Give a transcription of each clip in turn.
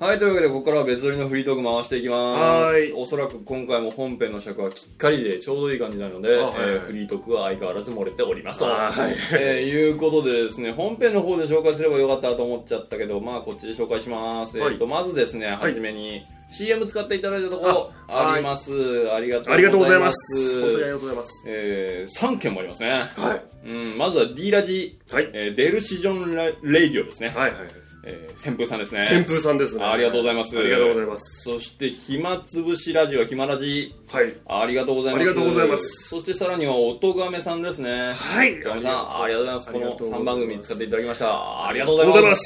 はい、というわけで、ここからは別撮りのフリートーク回していきます。はーいおそらく今回も本編の尺はきっかりでちょうどいい感じなので、あはいはいえーフリートークは相変わらず漏れておりますと。あはいえーいうことでですね、本編の方で紹介すればよかったなと思っちゃったけど、まあ、こっちで紹介します。はいえっと、まずですね、はじめに CM 使っていただいたところ、あはいあります。ありがとうございます。ありがとうございます。本当にありがとうございます。えー、3件もありますね。はい。うん、まずは D ラジ、はい。えーデルシジョンラレイディオですね。はいはい。えー、旋風さんですね。旋風さんですね。あありがとうございますありがとうございます。そして、暇つぶしラジオ、暇ラジ。はい。ありがとうございます。ありがとうございます。そしてさらには、おとがめさんですね。はい。おとがめさん、ありがとうございます。この3番組使っていただきました。ありがとうありがとうございございま。ます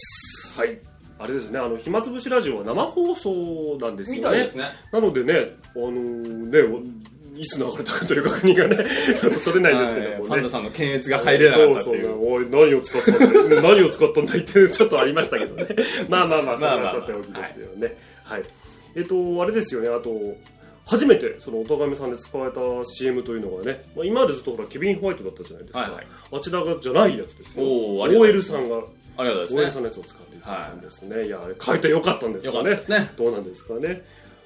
す。はい。あれですね、あの、暇つぶしラジオは生放送なんですよね。みたいですね。なのでね、あのーね、いつ流れたかという確認がね、 ちょっと取れないんですけどもはね。いパンダさんの検閲が入れなかったってい。そううそうおい何を使ったんだい 何を使ったんだいってちょっとありましたけどね まあまあまあそれまあまはあさておきですよねはい、えっとあれですよねあと初めてそのおとがめさんで使われた CM というのがね、まあ、今までずっとほらケビン・ホワイトだったじゃないですか、はいはいあちらがじゃないやつですよおーありがとうござい OL ますさんがありがとうござい OL ますね。さんのやつを使っていただいたんですね、い、やあれ書いてよかったんですよかかっねたですね。どうなんですかね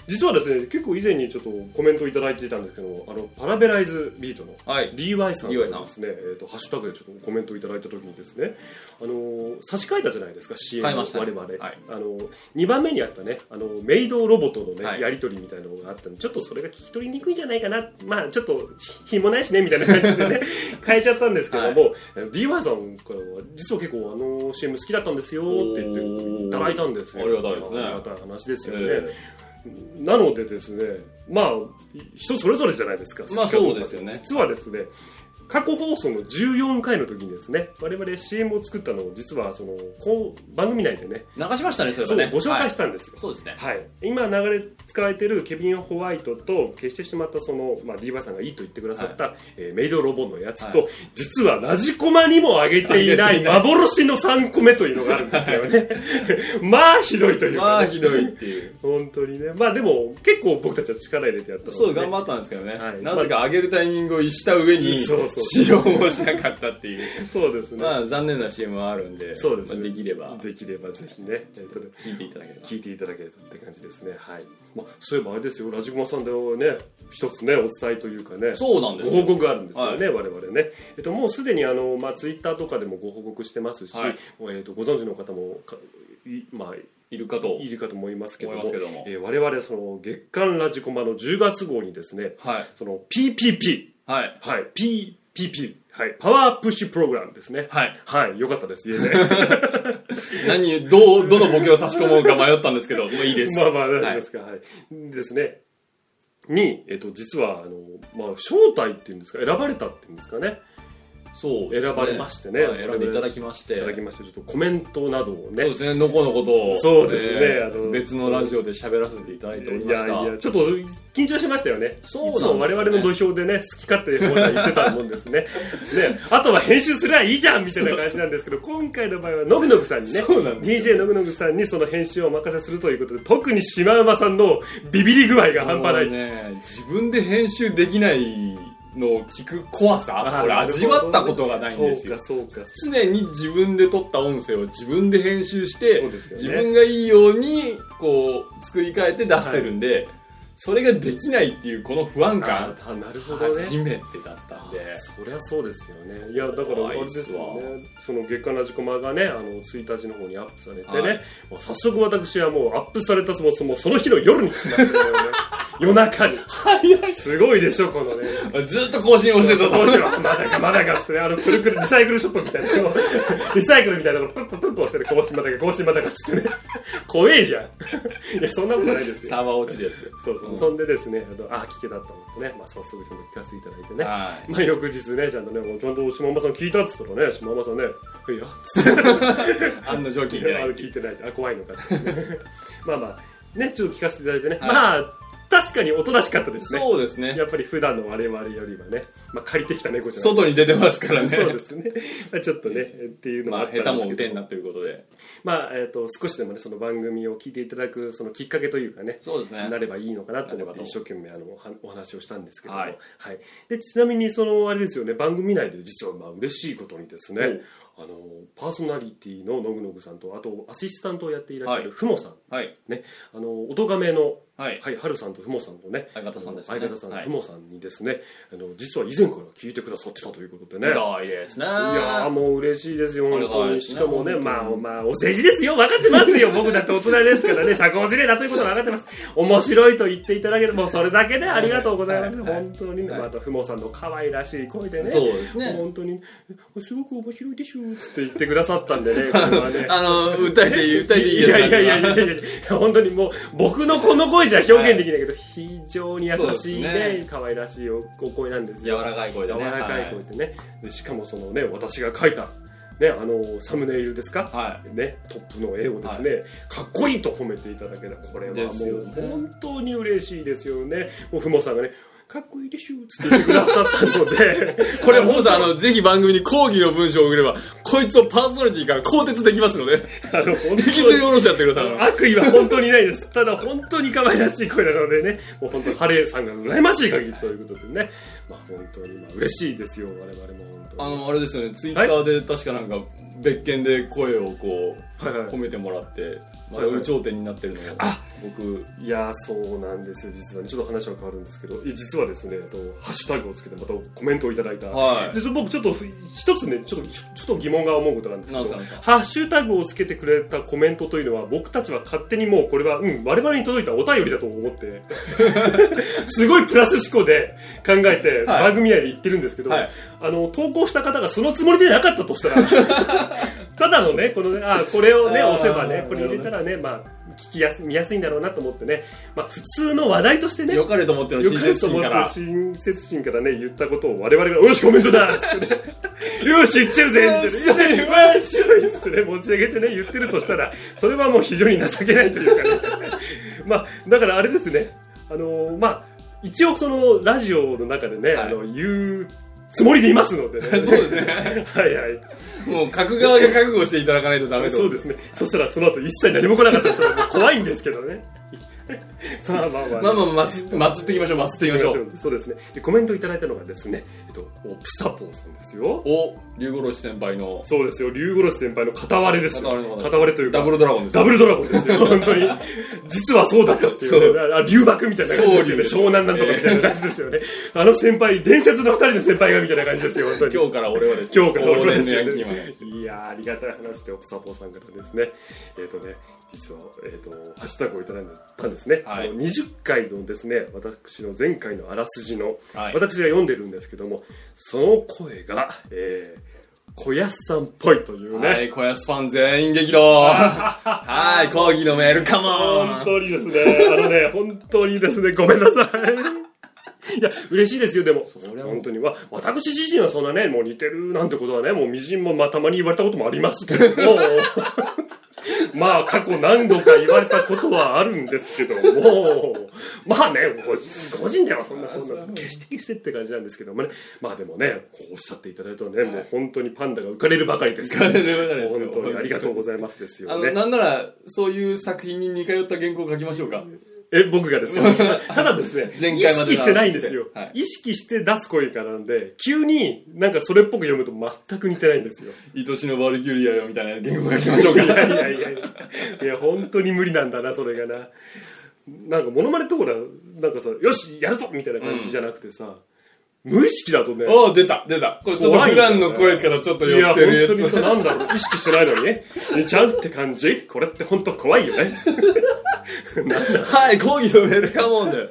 実はですね結構以前にちょっとコメントいただいていたんですけどもあのパラベライズビートのはい。 DY さんが DY さんですね、えー、とハッシュタグでちょっとコメントをいただいたときにですね、あのー差し替えたじゃないですか CM を変えましたね我々、はいあのー、2番目にあったねあのーメイドロボとの、ねはいやり取りみたいなのがあったんでちょっとそれが聞き取りにくいんじゃないかなまあちょっとひもないしねみたいな感じ でね変えちゃったんですけども、あの DY さんからは実は結構あのー CM 好きだったんですよって言っていただいたんですよおーありがたいですねありがたい話ですよね、えなのでですね、まあ、人それぞれじゃないですか。まあ好きかどかそうですよね実はですね、過去放送の14回の時にですね、我々 CM を作ったのを実はその、こう、番組内でね、ー流しましたね、それそはうね。ご紹は介いしたんですよ。そうですね。はい、今流れ使われてるケビン・ホワイトと消してしまったその、まあ、ディーバイさんがいいと言ってくださった、えーメイドロボのやつと、は実はラジコマにも上げていな上げていいない幻の3個目というのがあるんです よねまあひどいというか、ね、まあ、ひどいっていう。本当にねまあでも結構僕たちは力入れてやったのでそう、頑張ったんですけどね。はいなぜか上げるタイミングを逸した上に、そうそう使用をしなかったっていう。そうですね、まあ残念な CM はあるんで、そうですね、まあできればできればぜひね、えっとね聞いていただければ。聞いていただければって感じですねはい、まあ、そういえばあれですよラジコマさんでね一つねお伝えというかねそうなんですごよ報。告があるんですよね、我々ね、えっと、もうすでにあの、まあ、ツイッターとかでもご報告してますし、はいもうえっと、ご存知の方もかい,、まあ、いるかといるかと思いますけど思いもますけども。えー我々その月刊ラジコマの10月号にですねはい。その PPP はい。はい、PPP、はい、パワープッシュプログラムですね。はい。はい、よかったです、言 えない。何、どう、どのボケを差し込もうか迷ったんですけど、もういいです。 まあまあ、大丈は夫いですか。はい。ですね。に、えっと、実は、あの、まあ、招待っていうんですか、選ばれたっていうんですかね。そうですね、選ばれましてねはい選んでいただきまして。いただきまして、ちょっとコメントなどそうをねで。すね、のこのことを。そうですねえーあの別のラジオで喋らせていただいておりいました。やいや、ちょっと緊張しましたよね。そうなんいでつすよもね我々の土俵でね、好き勝手ほら言ってたもんで すね。ね、あとは編集すりゃいいじゃんみたいな感じなんですけど、今回の場合は、のぐのぐさんにね、そうなんです DJ のぐのぐさんにその編集をお任せするということで、特にシマウマさんのビビり具合が半端なもうい。ね、自分で編集できないのを聞く怖さ、あ俺なるほ味どわったことがないんですよ。そうか、そうか。常に自分で撮った音声を自分で編集して、そうですよね自分がいいようにこう作り変えて出してるんで、それができないっていうこの不安あ感あなるほどね初。めてだったんで、そりゃそうですよねいやだからあれですよ怖ねその月刊ラジコマがねあの1日の方にアップされてね、はいまあ早速私はもうアップされたそもそもその日の夜に聞きましたけどね夜中にすごいでしょこのねずっと更新をしてたどうしとようまだかまだかっつってねあのくるくるリサイクルショップみたいなのを リサイクルみたいなのをプップップップ押してね更新またか更新またかっつってね怖えじゃん いやそんなことないです よサーバー落ちるやつそうそう、うんそんでですねあのあ聞けだったのでね、まあ、早速ちょっと聞かせていただいてねはいまあ、翌日ね、ちゃんとね、ちゃんと島間さん聞いたっつったらね、島間さんね、いや、つって、あんな状況聞いてないあの聞いてないって、あ、怖いのかって、 まあまあ、ね、ちょっと聞かせていただいてね、はいまあ、確かにおとなしかったですね。そうですねやっぱり普段の我々よりはね、まあ、借りてきた猫じゃない外に出てますからね。そうですね、まあ、ちょっとねっていうのもまあ、あっ下手たんですも打けてど、んなということで。まあえー、と少しでもねその番組を聞いていただくそのきっかけというかねそうですねなればいいのかなとなれ思っばてと一生懸命あのおはお話をしたんですけども、ははいいでちなみにそのあれですよね番組内で実はまあ嬉しいことにですねあのパーソナリティののぐのぐさんとあとアシスタントをやっていらっしゃはるいふもさん、はい。ねあの音がめのはい。はい、春さんとふもさんとね相方さんですね相方さんはいふもさんにですね、あの実は以前から聞いてくださってたということでね偉いですね。いいやーもう嬉しいですよ、ありがた本当いに。ですしねかもね、本当まあ、にまあ、お世辞ですよ、分かってますよ、僕だって大人ですからね、社交辞令だということは分かってます。面白いと言っていただける、もうそれだけでありがとうございます。はいはい本当にね、はいまた、ふもさんの可愛らしい声でね。そうですね本当に、すごく面白いでしょ、つって言ってくださったんで ね、これはね。あの、歌えていい、歌えていいいやいやいやいややいやいやいや本当にもう僕のこの声じゃ表現できないけど、非常に優そうでしすねいね可愛らしいおお声なんです柔よらかい声でね。柔らかいは声でね、でしかもそのね私が書いた、ね、あのサムネイルですか、はね、トップの絵をですね、かっこいいと褒めていただけたこれはもですようね本当に嬉しいですよねもうふもさんがねかっこいいでしょつって言ってくださったの でい。ここれれ、本本当さん、あの、ぜひ番組に抗議の文章を送れば、こいつをパーソナリティから更迭できますので、あの本引きずり当に下ろしてやってください。 悪意は本当にないです。ただ本当に可愛らしい声なのでね、もう本当に晴れさんが羨ましい限りということでね、まあ本当にまあ嬉しいですよ、我々も本当あに。の、あれですよね、ツイッターで確かなんか、別件で声をこう、はいはい褒めてもらって、まはだいはい有頂天になってるのを、僕、いやーそうなんですよ実はねちょっと話は変わるんですけどい実はですねあとハッシュタグをつけてまたコメントをいただいた、はいでそ僕ちょっとふ一つねちょっとちょっと疑問が思うことなんですけどなんですかなんですハッシュタグをつけてくれたコメントというのは僕たちは勝手にもうこれは、うん、我々に届いたお便りだと思って すごいプラス思考で考えてはい番組内で言ってるんですけど、はいあの投稿した方がそのつもりでなかったとしたら ただのねこのねあこれをねあー押せばねこれ入れたらねまあ聞きやす見やすいんだろうなと思ってね、まあ、普通の話題としてね良かれと思ってのよ親く切と思心っかてら。親切心からね言ったことを我々が「よしコメントだ!」っつってね「よし言ってるぜ!」って言ってね「よしわっしょい!」っつってね持ち上げてね言ってるとしたらそれはもう非常に情けないというかねまあだからあれですねあのーまあ一応そのラジオの中でね、はいあの言うつもりでいますのでそうねですね。はいはいもう、角側が覚悟していただかないとダメと。そうですねそしたらその後一切何も来なかった人は怖いんですけどねまあまあまあまあまあまあ、祭っていきましょう、祭っていきましょう。そうですね。で、コメントいただいたのがですね、えっと、おプサポーさんですよ。お、竜五郎先輩の、そうですよ、竜殺し先輩の片割れですよ。片割れの方片割れというか、ダブルドラゴンです。ダブルドラゴン ですよ、本当に。実はそうだったっていう、ね、あ竜幕みたいな感じですよね。湘そう竜南なんとかみたいな感じですよね。あの先輩、伝説の二人の先輩がみたいな感じですよ、本当に。今日から俺はですね、今日から往年俺でのすヤよンキーマンね。いやー、ありがたい話で、オプサポーさんからですね、えっ、とね、実は、えっ、と、ハッシュタグをいただいたんですね。はいあの20回のですね、私の前回のあらすじの、はい私が読んでるんですけども、その声が、えー、小安さんっぽいというね、はい、小安ファン全員激怒。 はい、抗議のメールカモン本当にですね、あのね、本当にですね、ごめんなさい。いや、嬉しいですよ、でも。りゃ本当に。わ、私自身はそんなね、もう似てるなんてことはね、もう微塵もまあたまに言われたこともありますけども。 まあ、過去何度か言われたことはあるんですけども、まあね、個人個人ではそんな、そんな、決して決してって感じなんですけどもね、まあでもね、こうおっしゃっていただいたらね、もう本当にパンダが浮かれるばかりですよ。浮かれるばかりですよ本当にありがとうございますですよね。あの、なんなら、そういう作品に似通った原稿を書きましょうか。え、僕がですね。 ただですね、前回ま意では識してないんですよ、はい意識して出す声からなんで、急になんかそれっぽく読むと全く似てない んですよ。愛しのバルキュリアよ、みたいな原稿を書きましょういか。やいやいやいや、いや本当に無理なんだな、それがな。なんかモノマネところは、なんかさ、よし、やるぞみたいな感じじゃなくてさ、無意識だとね、おー出た、出た。これちょっと怖普いんだよ段の声からちょっとい寄や、ってるや本つ。当にさ、なんだろう、意識してないのにね、似ちゃうって感じこれって本当怖いよね。はい、抗議のメールカモンで。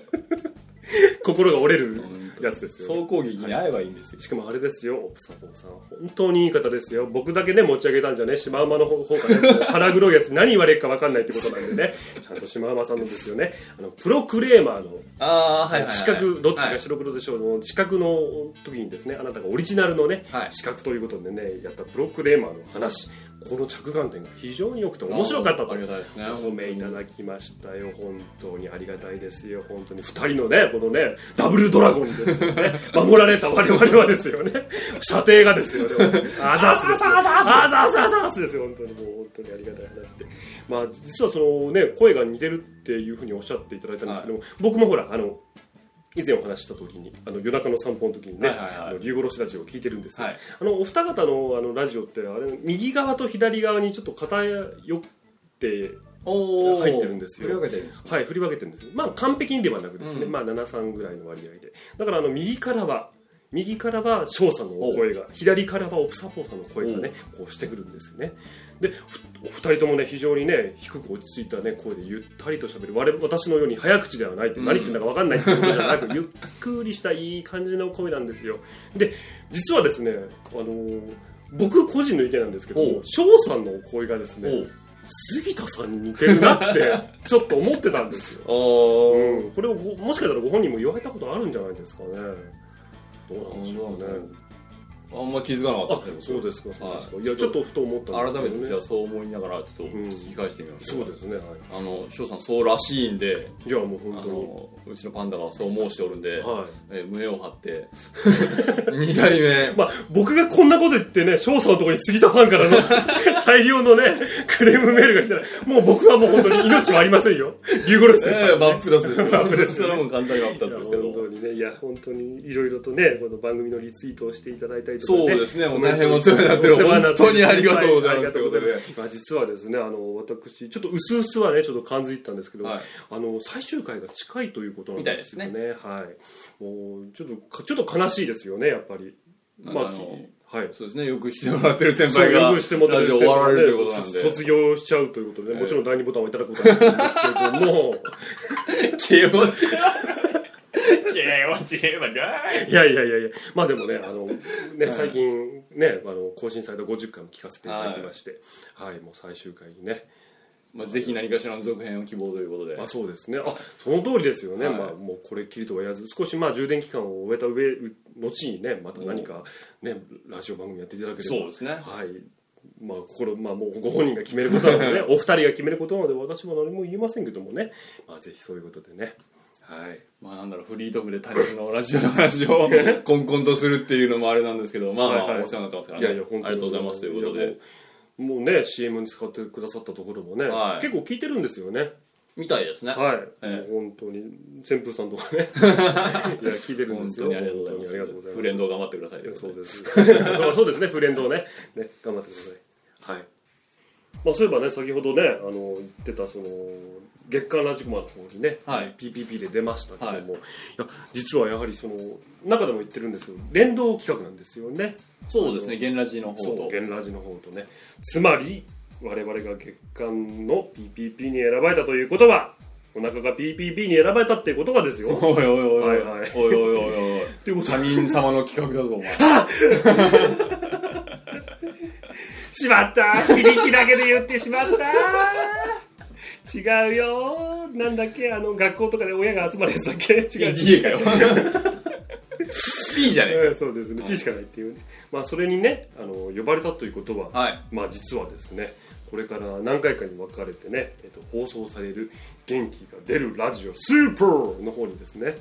心が折れるやつですよ、ね。総抗議に会えばいいんですよ。しかもあれですよ、オプサポーさん。本当にいい方ですよ。僕だけね、持ち上げたんじゃね、シマウマの方から、ね、こう腹黒いやつ何言われるか分かんないってことなんでね、ちゃんとシマウマさんのですよね、あの、プロクレーマーのあー、はいはいはい。資格、どっちはがい白黒でしょうの、資格の時にですね、あなたがオリジナルのね、はい資格ということでね、やったプロクレーマーの話、この着眼点が非常に良くて面白かったと。ありがたいですね。お褒めいただきましたよ本当にありがたいですよ本当に2人のねこのねダブルドラゴンにですですよね。守られた我々はですよね。射程がですよね。あざすですよ。あざすあざすですよ。本当にもう本当にありがたい話で。まあ実はそのね、声が似てるっていうふうにおっしゃっていただいたんですけども、僕もほら、あの、以前お話しした時にあの夜中の散歩の時にね、はいはいはいあの竜殺しラジオを聞いてるんですよ、はいあのお二方のあのラジオってあれ右側と左側にちょっと偏ってお入ってるんですよ振り分けてるんですはい、振り分けてるんです。まあ、完璧にではなくですね、うんまあ、7、3ぐらいの割合で。だから、あの、右からは、右からは翔さんのお声が、左からは奥サポーさんの声がね、こうしてくるんですよね。で、ふお二人ともね、非常にね、低く落ち着いたね、声でゆったりと喋る。我々私のように早口ではないって、うん何言ってんだか分かんないってことじゃなく、 ゆっくりしたいい感じの声なんですよ。で、実はですね、あのー僕個人の意見なんですけどおも、翔さんのお声がですね、ね杉田さんに似てるな ってちょっと思ってたんですよ、おおーうん、これをごもしかしたらご本人も言われたことあるんじゃないですかねどうなんでしょうねあんま気づかなかあったですそうねですかそうですか、はいい、やちょっとふと思ったんです改けめど、ね、てじゃあそう思いながらちょっと聞き返してみましょうそうですね、はあの翔さんそうらしいんでい、いやもうあ本のうちのパンダがそう申しておるんで当にはいえ胸を張って 二代目まあ、僕がこんなこと言ってね、翔さんのところに杉田ファン からの大量のね、クレームメールが来たら、もう僕はもう本当に命はありませんよ。牛殺しええマップ出すですよマップ出すそれはもう簡単にマップ出すですけ本当どにねいや本当にいろいろとねこの番組のリツイートをしていただいたりとか、ね、そうですねもうコメント大変お世話になってるお世話になってる本当にありがとうございますはありがとまあ実はですねあの私ちょっと薄々はねちょっと感づいてたんですけど、はいあの最終回が近いということなんですよねみたはいもうちょっとかちょっと悲しいですよねやっぱりなんまかああのきはいそうですねよくしてもらってる先そう輩がよくしてもらっラジてるオ終わられるということなん卒卒で業しちゃうということでね、もちろん第二ボタンをいただくことはないんですけれ 気ども 持ち悪い気持ち悪いいやいやいやいや、まあでもね、あの、ね、最近ね、あの、更新された50回も聞かせていただきまして、はい、もう最終回にね、まあぜひ何かしらの続編を希望ということであ、そうですね、あ、その通りですよね、はいまあもうこれっきりとは言わず、少しまあ充電期間を終えた上、う後にね、また何かね、ラジオ番組やっていただければ、そうですねはい。まあ、心、まあ、もうご本人が決めることなのでね、 お二人が決めることなので、私は何も言えませんけどもね、まあ、ぜひそういうことでね、はい。まあなんだろう、フリートークで他人のラジオの話 をコンコンとするっていうのもあれなんですけど、まあまあはいはいお世話になってますからいね。やいや、本当に。ありがとうございますということやで。。もうもうね、CM に使ってくださったところもね、はい結構聞いてるんですよね。みたいですね。はい。えもう本当に、旋風さん とかね。いや、聞いてるんで本す当よ。にありがとうございま本当にありがとうございす。ますフレンドを頑張ってくださいということそうで。です。 あそうですね、フレンドをね。ね、頑張ってください。はい。まあ、そういえばね、先ほどね、あの、言ってた、その、月刊ラジコマの方にね、はい PPP で出ましたけども、はいい、や、実はやはりその、中でも言ってるんですけど、連動企画なんですよね。そうですね、ゲンラジの方そうと。原ラジの方とねつまり我々が月間の PPP に選ばれたということはお腹が PPP に選ばれたっていうことがですよおいおいおいおいおいはいはいおいおいおいていうおこい。と他人様の企画だぞ、お前。しまった響きだけで言ってしまった違うよなんだっけあの学校とかで親が集まるやつだっけ違う PTA かよ。 いいじゃねえええそうですね P しかないっていうねまあそれにねあの呼ばれたということはか。はい。まあ実はですねこれから何回かに分かれてね、えっと、放送される「元気が出るラジオスーパー!」の方にですね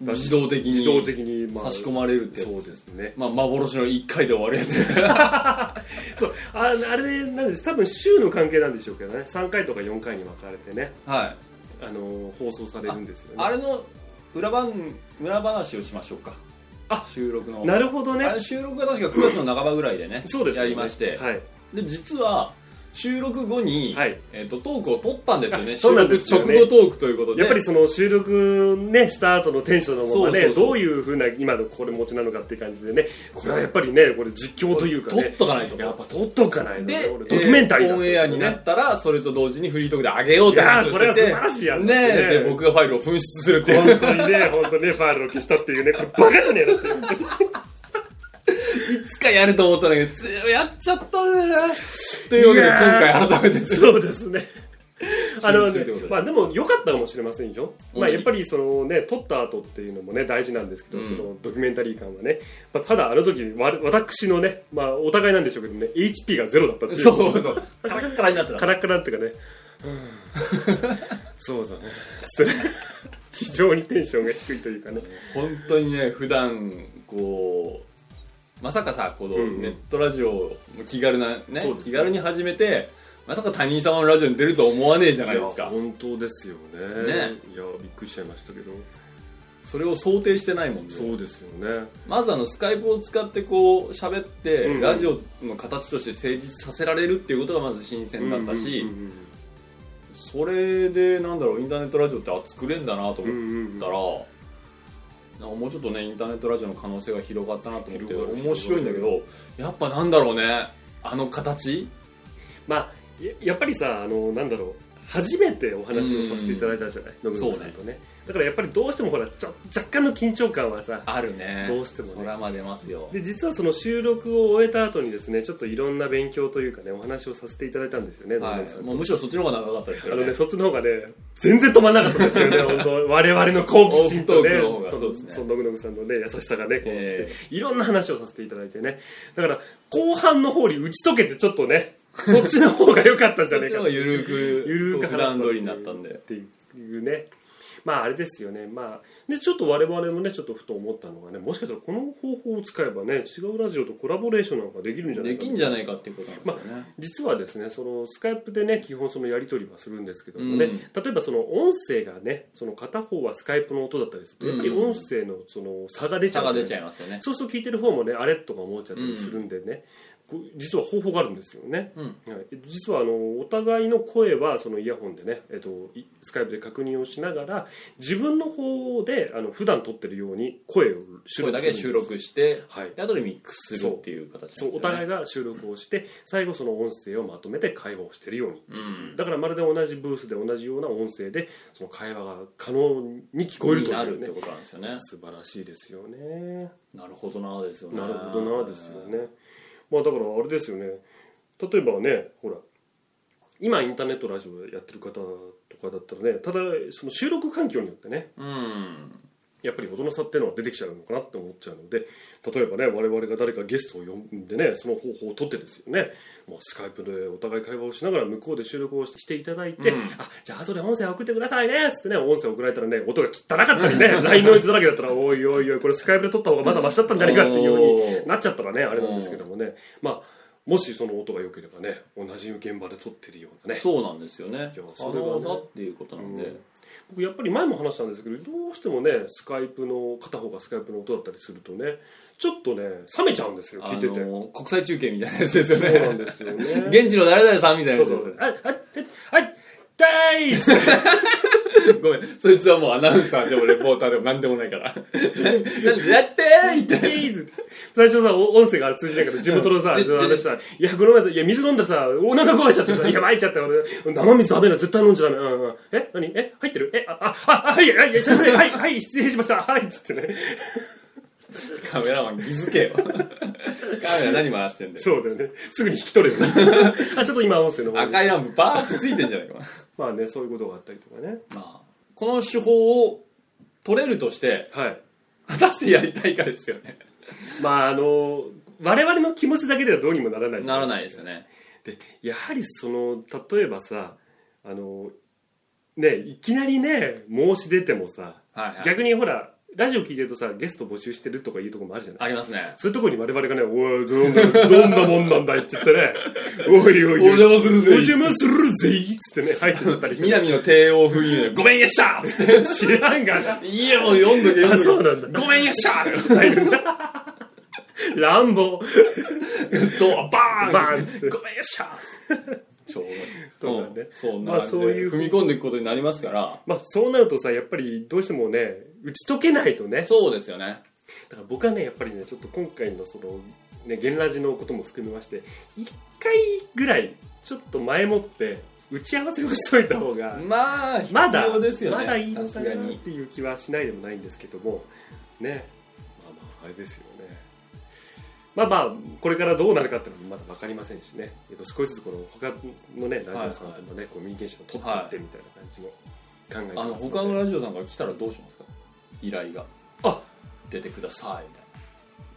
自動的に。自動的に、ま差し込まれるってやつそうでですすねまあ幻の1回で終わるやつ。そうああれなんです多分週の関係なんでしょうけどね3回とか4回に分かれてね、はい。あのー放送されるんですよあねれの裏番、裏話をしましょうか。あ収録の。なるほどあねれ収録が確か9月の半ばぐらいでねそうですよやねりまして、はいで実は収録後に、はいえっとトークを撮ったんですよねあそうなんですよ収ね録直後トークということでやっぱりその収録ねした後のテンションのままそうねそうそうどういうふうな今のこれ持ちなのかっていう感じでねこれはやっぱりねこれ実況というか撮っねとかないとやっぱ撮っとかないのねで俺ドキュメンタリーえーだっオンたエアになったらそれと同時にフリートークであげようっいてや話ーをこれしはて素て晴らしいやんねねえで僕がファイルを紛失するっていう 本当にね本当にねファイルを消したっていうねこれバカじゃねえなっていう本当にいつかやると思ったんだけどつやっちゃったねというわけいでやー今回改めて そうですね。あのするねということでまあ、でも良かったかもしれませんよ、うんまあ、やっぱりその、ね、撮った後っていうのも、ね、大事なんですけど、うんそのドキュメンタリー感はね、まあ、ただ、あの時わ私のね、まあ、お互いなんでしょうけどね、HP がゼロだったっていう、そうそうカラッカラになってたカラッカラっていうかね、そうだね、つってね非常にテンションが低いというかね本当にね普段こうまさかさこのうんうんネットラジオを気軽なね,、そうですね気軽に始めてまさか他人様のラジオに出ると思わねえじゃないですいかや本当ですよねねいやびっくりしちゃいましたけど、それを想定してないもんねそうですよねまずあのスカイプを使ってこう喋って、うんうんラジオの形として成立させられるっていうことがまず新鮮だったし、うんうんそれでなんだろうインターネットラジオってあ作れんだなとうんう思っんうんたら、なんかもうちょっとねインターネットラジオの可能性が広がったなと思って広がる面白いんだけどやっぱなんだろうねあの形まあややっぱりさあのなんだろう初めてお話をさせていただいたじゃない野口さんとねだからやっぱりどうしてもほらちょ若干の緊張感はさあるねどうしてもねそれはまあ出ますよで実はその収録を終えた後にですねちょっといろんな勉強というかねお話をさせていただいたんですよね、は野口さい、んもとうむしろそっちの方が長かったですけあどのね、ねそっちの方がね全然止まんなかったですよね 本当我々の好奇心とねオフトークの方がそそうのですねそののぐのぐさんのね優しさがねこう、えいろんな話をさせていただいてねだから後半の方に打ち解けてちょっとねそっちの方が良かったんじそゃっねえちかの方ってが緩くゆるこくう普段話通りになったんでっていうねまああれですよねまあでちょっと我々もねちょっとふと思ったのがねもしかしたらこの方法を使えばね違うラジオとコラボレーションなんかできるんじゃないでかきんじゃないかっていうことなんですよね、実はですねそのスカイプでね基本そのやり取りはするんですけどもね、うん例えばその音声がねその片方はスカイプの音だったりするとやっぱり音声のその差が出ちゃ差うじが出ゃないですちかゃいますよねそうすると聞いてる方もねあれとか思っちゃったりするんでね、こう実は方法があるんですよね、うはい実はあのお互いの声はそのイヤホンでね、えっと、いスカイプで確認をしながら自分の方であの普段撮ってるように声を収これだ録するんでけす収録して、はいで後でミックスするっていう形なんですそよ、うね、お互いが収録をして最後その音声をまとめて会話をしてるようにうんだからまるで同じブースで同じような音声でその会話が可能に聞こえるとないるうってねことなんですよね素晴らしいですよねなるほどなですよねなるほどなですよねまあだからあれですよね例えばねほら今インターネットラジオやってる方とかだったらねただその収録環境によってねうんやっぱり音の差っていうのは出てきちゃうのかなって思っちゃうので例えばね我々が誰かゲストを呼んでねその方法を取ってですよね、まあ、スカイプでお互い会話をしながら向こうで収録をしていただいて、うんあじゃあ後で音声送ってくださいねっつってね音声送られたらね音が汚かった りね LINE ノイズだらけだったらおいおいおいこれスカイプで撮った方がまだマシだったんじゃないかっていうようおになっちゃったらねあれなんですけどもねまあもしその音が良ければね同じ現場で撮ってるようなねそうなんですよねいや可それがね能だっていうことなんで、うん僕やっぱり前も話したんですけどどうしてもねスカイプの片方がスカイプの音だったりするとねちょっとね冷めちゃうんですよ聞いてて、あのー国際中継みたいなやつですよそうなんねですよね現地の誰々さんみたいなそやうつそですよねうああああだいっつってごめんそいつはもうアナウンサーでもレポーターでも何で もないからなんでやってーってだいっつって最初さお音声が通じないから地元のさうんあの話さ「いやごめんなさいいや水飲んだらさお腹壊しちゃってさいや参っちゃったよ俺生水ダメだ絶対飲んじゃダメ、うんうん、え何え入ってるえああああはいはいはいすいませんはいはい失礼しましたはい」っつってねカメラマン気づけよ カメラ何回してんだよそうだよねすぐに引き取れるあちょっと今音声の赤いランプバーッとついてんじゃないかなまあねそういうことがあったりとかねまあこの手法を取れるとしてはい果たしてやりたいかですよねまああの我々の気持ちだけではどうにもならないじゃならないいですよねでやはりその例えばさあのねいきなりね申し出てもさ、はい、はい、逆にほらラジオ聞いてるとさゲスト募集してるとかいうとこもあるじゃないありますねそういうとこに我々がね「おいどんなどんなもんなんだい」って言って ね「おいおいおいお魔する邪魔するぜい」っつってね入ってっちゃったりして南の帝王風にごめんやっしゃーっつっ知らんがなていやもう読んどけあ読そんうどなんだけごめんやっ しゃー乱暴ドアバーンバーンっつってごめんやっしゃー超面そ白うだいうねんそんなまあ感じでそういう踏み込んでいくことになりますからまあそうなるとさやっぱりどうしてもね打ち解けないとねそうですよねだから僕はねやっぱりねちょっと今回のそのね原ラジのことも含めまして1回ぐらいちょっと前もって打ち合わせをしといた方がまあ必まだ要ですよねまだいいのさかすがなっにていう気はしないでもないんですけどもねまあまああれですよねまあまあこれからどうなるかっていうのもまだ分かりませんしね、えっと、少しずつこの他のねラジオさんともね、コミュニケーションを取っていってみたいな感じも考えてあますのので他のラジオさんから来たらどうしますか依頼があ出てくださいみたいな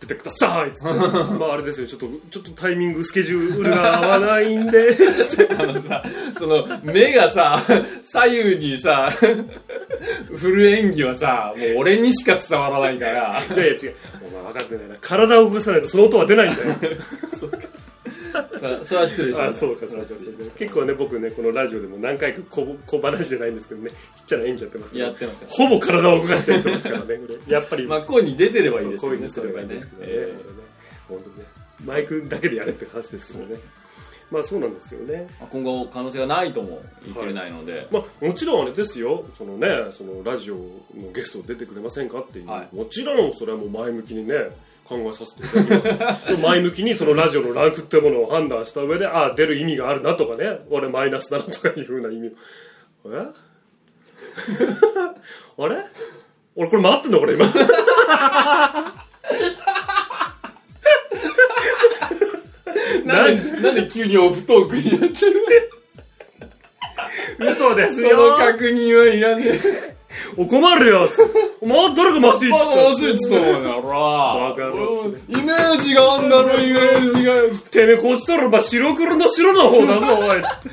出てくださいっつってまああれですよちょっとちょっとタイミングスケジュールが合わないんで あのさ、その、目がさ、左右にさ、 振る演技はさ、もう俺にしか伝わらない から。いやいや違うお前分かってないな体を動かさないとその音は出 ないんだよそそれは失礼しあました。そうかそうかそうか結構ね僕ねこのラジオでも何回か小小話じゃないんですけどねちっちゃな演技やってますけどやってますよ。ほぼ体を動かしてやってますからねこれやっぱりまあ、こうに出てればいいそうですこうよいうね、のそすれれはばいいんねですけ。どねえこれね本当ねマイクだけでやれって話ですけどねまあそうなんですよねえまあ今後、可能性がないとも言い切れないので。まあ、もちろんあれですよその、ね、そのラジオのゲスト出てくれませんかっていう、はいもちろんそれはもう前向きにね考えさせていただき ますでも前向きにそのラジオのランクってものを判断した上でああ出る意味があるなとかね俺マイナスだなとかいうふうな意味をえ あれ俺これ回ってんのこれ今なんで、なんで急にオフトークになってる嘘ですそのよ確認はいらねえ。お困るよお前誰か回していいっバつっカたらしいっつったもんやろ。バカだイメージがあんだろ、イメージが。てめえこっちとらば白黒の白の方だぞお いつって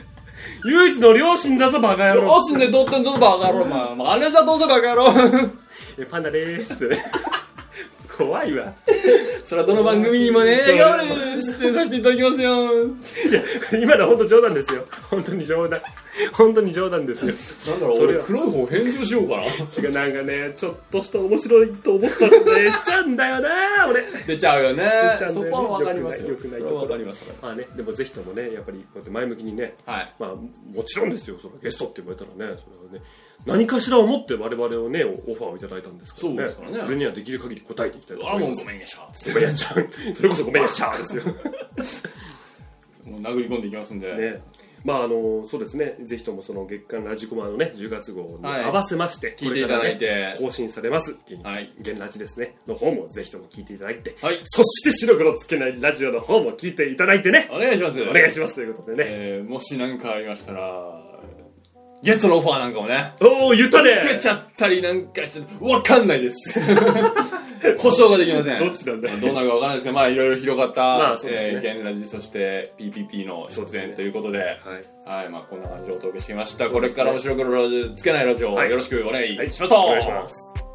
唯一の両親だぞバカ野郎おしんで撮ってんぞ、バカ野郎、お前。マネージャーどうせバカ野郎。えパンダでーすってね怖いわそれはどの番組にもね、笑顔で出演させていただきますよ。いや今のは本当冗談ですよ本当に冗談本当に冗談ですよなんだろう俺黒い方返事をしようかな。違うなんかねちょっとした面白いと思ったって言っちゃうんだよな俺出ちゃうよねちゃ。うんだよねそこはわかりますよ。よくないそよくないこはわかります。わかりままあねでもぜひともねやっぱりこうやって前向きにねすはい。まあ、もちろんですよそのゲストって言われたらねそれはね何かしらを持って我々をねオファーをいただいたんですからねそうですからねそれにはできる限り答えていきたいとあ、思もいうまごすめんねしょ。ごめんやっちゃんそれこそごめんやっちゃんですよもう殴り込んでいきますんで。ね、まああのそうですね、ぜひともその月間ラジコマのね10月号にはい合わせまして、聞いていただいてこれからね更新されます。はい現ラジですねの方もぜひとも聞いていただいて、はいそして白黒つけないラジオの方も聞いていただいてね、お願いします。お願いしますということでね。えーもし何かありましたら、ゲストのオファーなんかもね。おお言った受けね。ちゃったりなんかして、わかんない です。保証ができません。どっちなんだどうなるかわからないですけど、まあいろいろ広がった、まあそうですねえー、ゲンラジ、そして PPP のそう出です演ねということで、はい。はい、まあこんな感じでお届けしてきました。そこうでれすねからも白黒ラジオつけないラジオ、はいよろしくお願いしますお願いします。